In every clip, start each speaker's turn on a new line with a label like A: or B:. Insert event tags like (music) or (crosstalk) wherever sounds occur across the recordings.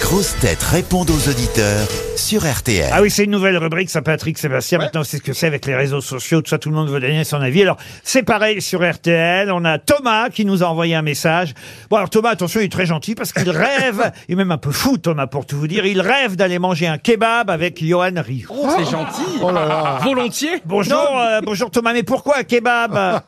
A: grosses têtes répondent aux auditeurs sur RTL.
B: Ah oui, c'est une nouvelle rubrique, ça, Patrick Sébastien. Maintenant, c'est ce que c'est avec les réseaux sociaux. Tout ça, tout le monde veut donner son avis. Alors, c'est pareil sur RTL. On a Thomas qui nous a envoyé un message. Bon, alors Thomas, attention, il est très gentil parce qu'il rêve, il est même un peu fou, Thomas, pour tout vous dire. Il rêve d'aller manger un kebab avec Johan Rioux.
C: Oh, C'est gentil. Volontiers.
B: Bonjour, euh, bonjour Thomas, mais pourquoi un kebab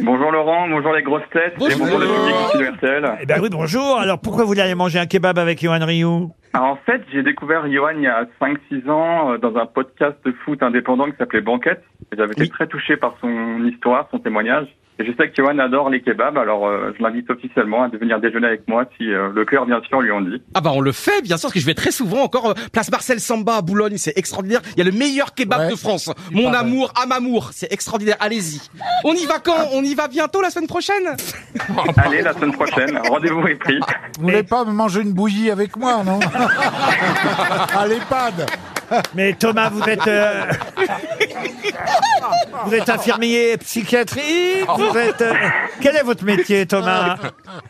D: Bonjour Laurent, bonjour les grosses têtes et bonjour le public aussi de RTL.
B: Eh ben oui, bonjour. Alors, pourquoi vous voulez aller manger un kebab avec Johan Rioux
D: Alors, en fait, j'ai découvert Johan il y a 5-6 ans euh, dans un podcast de foot indépendant qui s'appelait Banquette. Et J'avais été très touché par son histoire, son témoignage. Et je sais que Johan adore les kebabs, alors euh, je l'invite officiellement à devenir déjeuner avec moi si euh, le cœur, bien sûr, lui en dit.
C: Ah bah on le fait, bien sûr, parce que je vais très souvent encore euh, place Marcel Samba à Boulogne, c'est extraordinaire. Il y a le meilleur kebab
E: Ouais.
C: de France. Mon
E: pas
C: amour, à m'amour, c'est extraordinaire. Allez-y. On y va quand On y va bientôt la semaine prochaine
D: Allez, la
B: (laughs)
D: semaine prochaine, rendez-vous est pris.
E: Vous voulez pas manger une bouillie avec moi, non À l'EHPAD
B: Mais Thomas, vous êtes... euh, vous êtes infirmier psychiatrique Vous êtes... euh, Quel est votre métier, Thomas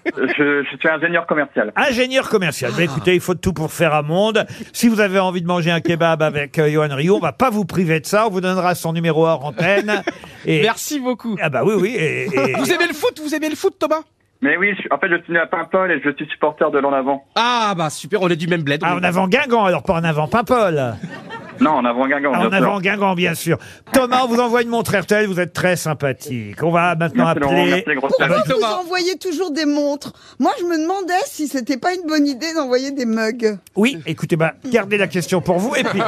D: Je, je suis ingénieur commercial.
B: Ingénieur commercial. Mais écoutez, il faut de tout pour faire un monde. Si vous avez envie de manger un kebab avec euh, Johan Rio, on va pas vous priver de ça. On vous donnera son numéro hors antenne. Et,
C: Merci beaucoup.
B: Ah bah oui, oui. Et, et-
C: Vous aimez le foot Vous aimez le foot, Thomas
D: Mais oui, je- en fait, je suis né à Paimpol et je suis supporter de l'en avant.
C: Ah bah super, on est du même bled.
B: Ah,
C: (laughs)
B: en avant Guingamp, alors pas en avant Paimpol.
D: Non, en avant Guingamp,
B: Ah,
D: bien
B: en avant
D: sûr.
B: Guingamp, bien sûr. Thomas, on vous envoie une montre RTL, vous êtes très sympathique. On va maintenant
D: Merci Laurent,
B: appeler...
D: merci les grosses têtes.
F: Pourquoi
G: Ah,
F: vous
C: Thomas.
F: envoyez toujours des montres Moi, je me demandais si c'était pas une bonne idée d'envoyer des mugs.
B: Oui, écoutez, bah, gardez la question pour vous. Et puis,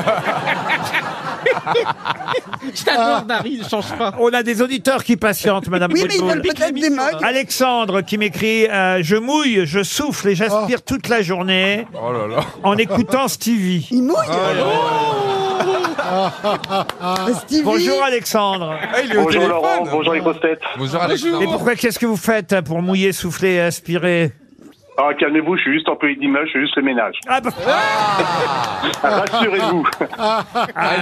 C: Je t'adore, Dari, ne change pas.
B: on a des auditeurs qui patientent, Madame
F: (laughs) Oui, mais ils
B: Boutboul.
F: veulent peut-être des mugs.
B: Alexandre qui m'écrit euh, Je mouille, je souffle et j'aspire
F: Oh.
B: toute la journée en écoutant Stevie.
F: Ils mouillent. Ah, (laughs) Stevie,
B: Bonjour Alexandre.
G: Bonjour Laurent, bonjour les grosses têtes.
H: Bonjour Alexandre.
B: Et pourquoi qu'est-ce que vous faites pour mouiller, souffler et aspirer
G: Ah, calmez-vous, je suis juste en pays d'image, je fais juste le ménage.
B: Ah bah,
G: Rassurez-vous.
H: Ah,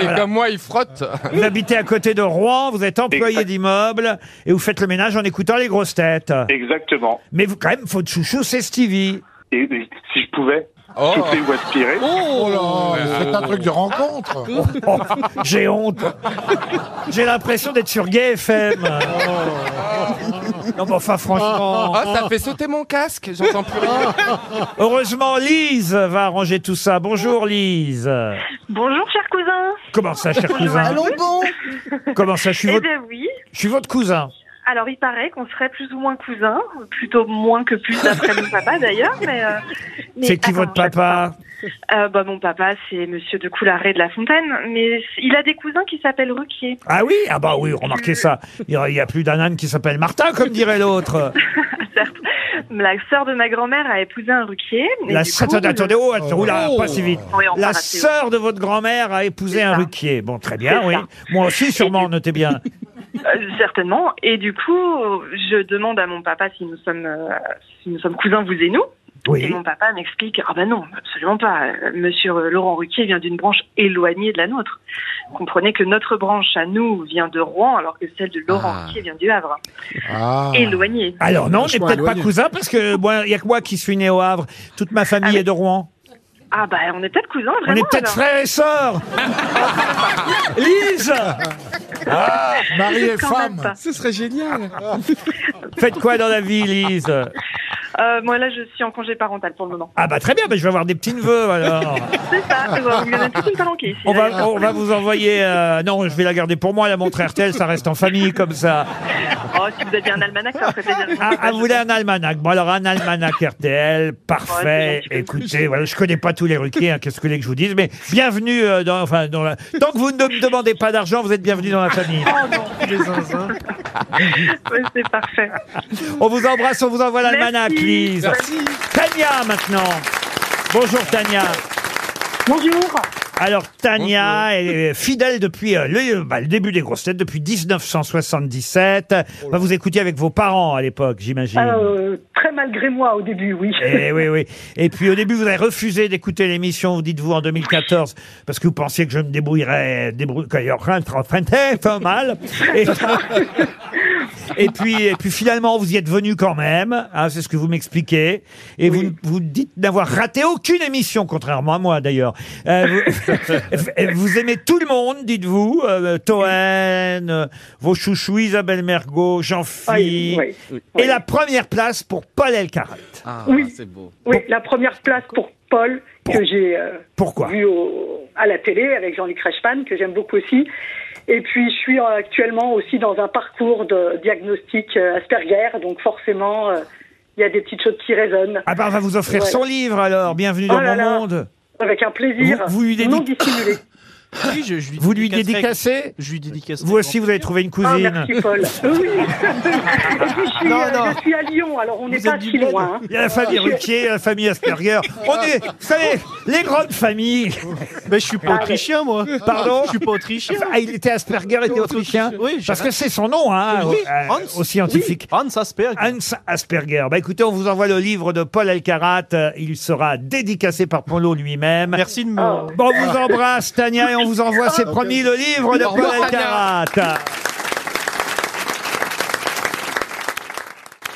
H: il est comme moi, il frotte.
B: Vous habitez à côté de Rouen, vous êtes employé
G: Exact.
B: d'immeuble et vous faites le ménage en écoutant les grosses têtes.
G: Exactement.
B: Mais vous, quand même, votre chouchou, c'est Stevie.
G: Et, et si je pouvais
H: Oh.
G: souffler ou aspirer,
E: Oh là, c'est un truc de rencontre
B: Oh, j'ai honte. J'ai l'impression d'être sur Gay FM. Non, mais enfin, franchement.
H: Ah, ça fait sauter mon casque, j'entends plus rien.
B: Heureusement, Lise va arranger tout ça. Bonjour, Lise.
I: Bonjour, cher cousin.
B: Comment ça, cher cousin
F: allons bon.
B: Comment ça, je suis
I: Eh
B: votre,
I: bien, oui.
B: je suis votre cousin.
I: Alors, il paraît qu'on serait plus ou moins cousins, plutôt moins que plus d'après mon papa d'ailleurs. Mais, euh, mais-
B: C'est qui
I: attends,
B: votre papa
I: euh, bah, Mon papa, c'est monsieur de Coularet de la Fontaine, mais c- il a des cousins qui s'appellent Ruquier.
B: Ah oui Ah bah oui, remarquez ça. Il y a- il y a plus d'un âne qui s'appelle Martin, comme dirait l'autre.
I: La sœur de ma grand-mère a épousé un Ruquier. et
B: La
I: du
B: sœur,
I: coup,
B: attendez, attendez, oh, attendez, oula,
C: Oh.
B: pas si vite.
I: Oui, on
B: La
I: va rater,
B: sœur de votre grand-mère a épousé
I: C'est
B: un
I: ça.
B: ruquier. Bon, très bien,
I: C'est
B: oui.
I: ça.
B: Moi aussi, sûrement, notez
I: (laughs)
B: bien.
I: Euh, certainement. Et du coup, je demande à mon papa si nous sommes, euh, si nous sommes cousins, vous et nous. Et
B: Oui.
I: mon papa m'explique, ah ben non, absolument pas. Euh, Monsieur euh, Laurent Ruquier vient d'une branche éloignée de la nôtre. Comprenez que notre branche à nous vient de Rouen, alors que celle de Laurent
H: Ah.
I: Ruquier vient du Havre.
E: Ah.
I: Éloignée.
B: Alors non, on n'est
E: Vachement
B: peut-être pas
E: éloigné.
B: cousins, parce que moi, il y a que moi qui suis né au Havre. Toute ma famille est de Rouen.
I: Ah bah on est peut-être cousins,
B: On
I: vraiment.
B: est peut-être
I: alors.
B: frères et
I: (laughs)
B: sœurs. Lise,
E: Mari et
I: Quand même
E: femme
I: pas.
C: Ce serait génial.
B: faites quoi dans la vie, Lise
I: Euh, moi là, je suis en congé parental pour le moment.
B: Ah bah très bien, bah, je vais avoir des petits neveux alors.
I: C'est ça, vous me donnez toute une palanquée ici.
B: On va, on va vous envoyer. euh, Non, je vais la garder pour moi, la montre RTL, ça reste en famille comme ça.
I: Oh, si vous aviez un almanach, ça me ferait plaisir.
B: Ah, ah, vous voulez un almanach Bon, alors un almanach RTL,
I: Ouais,
B: parfait.
I: c'est gentil.
B: Écoutez, voilà, je connais pas tous les ruquiers, hein, qu'est-ce que vous voulez que je vous dise, mais bienvenue euh, dans, enfin, dans la... Tant que vous ne me demandez pas d'argent, vous êtes bienvenue dans la
I: (laughs)
B: famille.
I: Oh, Ouais, C'est parfait.
B: On vous embrasse, on vous envoie l'almanach,
I: Merci.
B: Lise. Tania, maintenant. Bonjour, Tania.
I: Bonjour.
B: Alors, Tania est fidèle depuis euh, le, bah, le début des grosses têtes, depuis 1977. Bah, vous écoutiez avec vos parents à l'époque, j'imagine.
I: Euh, très malgré moi au début, oui.
B: Eh oui, oui. Et puis au début, vous avez refusé d'écouter l'émission, vous dites-vous, en 2014, parce que vous pensiez que je me (laughs) débrouillerais, débrouillerais, pas mal. Et, (laughs) Et puis, et puis finalement, vous y êtes venu quand même. hein, c'est ce que vous m'expliquez. Et vous, vous dites n'avoir raté aucune émission, contrairement à moi d'ailleurs. Euh,
I: (laughs)
B: vous, (laughs) vous aimez tout le monde, dites-vous. Euh, Toen, euh, vos chouchous, Isabelle Mergot,
I: Oui,
B: Jean-Phi.
I: oui,
B: Et la première place pour Paul Elkarat.
H: Ah,
I: Oui.
H: c'est beau.
I: oui, la première place pour Paul, que j'ai euh,
B: Pourquoi
I: vu au- à la télé avec Jean-Luc Reichmann, que j'aime beaucoup aussi. Et puis, je suis euh, actuellement aussi dans un parcours de diagnostic euh, Asperger, donc forcément, euh, il y a des petites choses qui résonnent.
B: Ah bah, on va vous offrir
I: Voilà.
B: son livre alors. Bienvenue dans
I: Oh
B: mon
I: là là.
B: monde.
I: Avec un plaisir
B: Vous- vous lui dédic-
C: (laughs)
I: non dissimulé.
C: Oui, je, je lui
B: Vous lui
C: dédicacerai-
B: dédicacez
C: Je lui dédicacerai
B: Vous aussi, vous avez trouvé une
I: Ah,
B: cousine.
I: merci Paul.
C: (laughs)
I: Oui. (laughs) Et puis, je suis,
C: Non,
I: euh,
C: non.
I: je suis à Lyon, alors on n'est
C: Vous êtes
I: pas
C: du
I: si
C: bon.
I: loin. hein.
B: Il y a la famille Ruquier, la famille Asperger. On est, vous savez, les grandes familles.
C: Mais je suis pas autrichien, moi.
B: Pardon
C: Je suis pas autrichien.
B: Ah, il était Asperger, il était autrichien.
C: Oui, j'ai-
B: Parce que c'est son nom, hein,
C: Oui,
B: au- euh,
C: Hans.
B: au scientifique.
C: Hans Asperger.
B: Hans Asperger. Bah écoutez, on vous envoie le livre de Paul Elkarat. Euh, Il sera dédicacé par Polo lui-même.
C: Merci de me.
B: Bon, on vous embrasse, Tania, et on vous envoie, c'est promis, le livre de
J: Au revoir,
B: Paul
J: Tania.
B: Elkarat.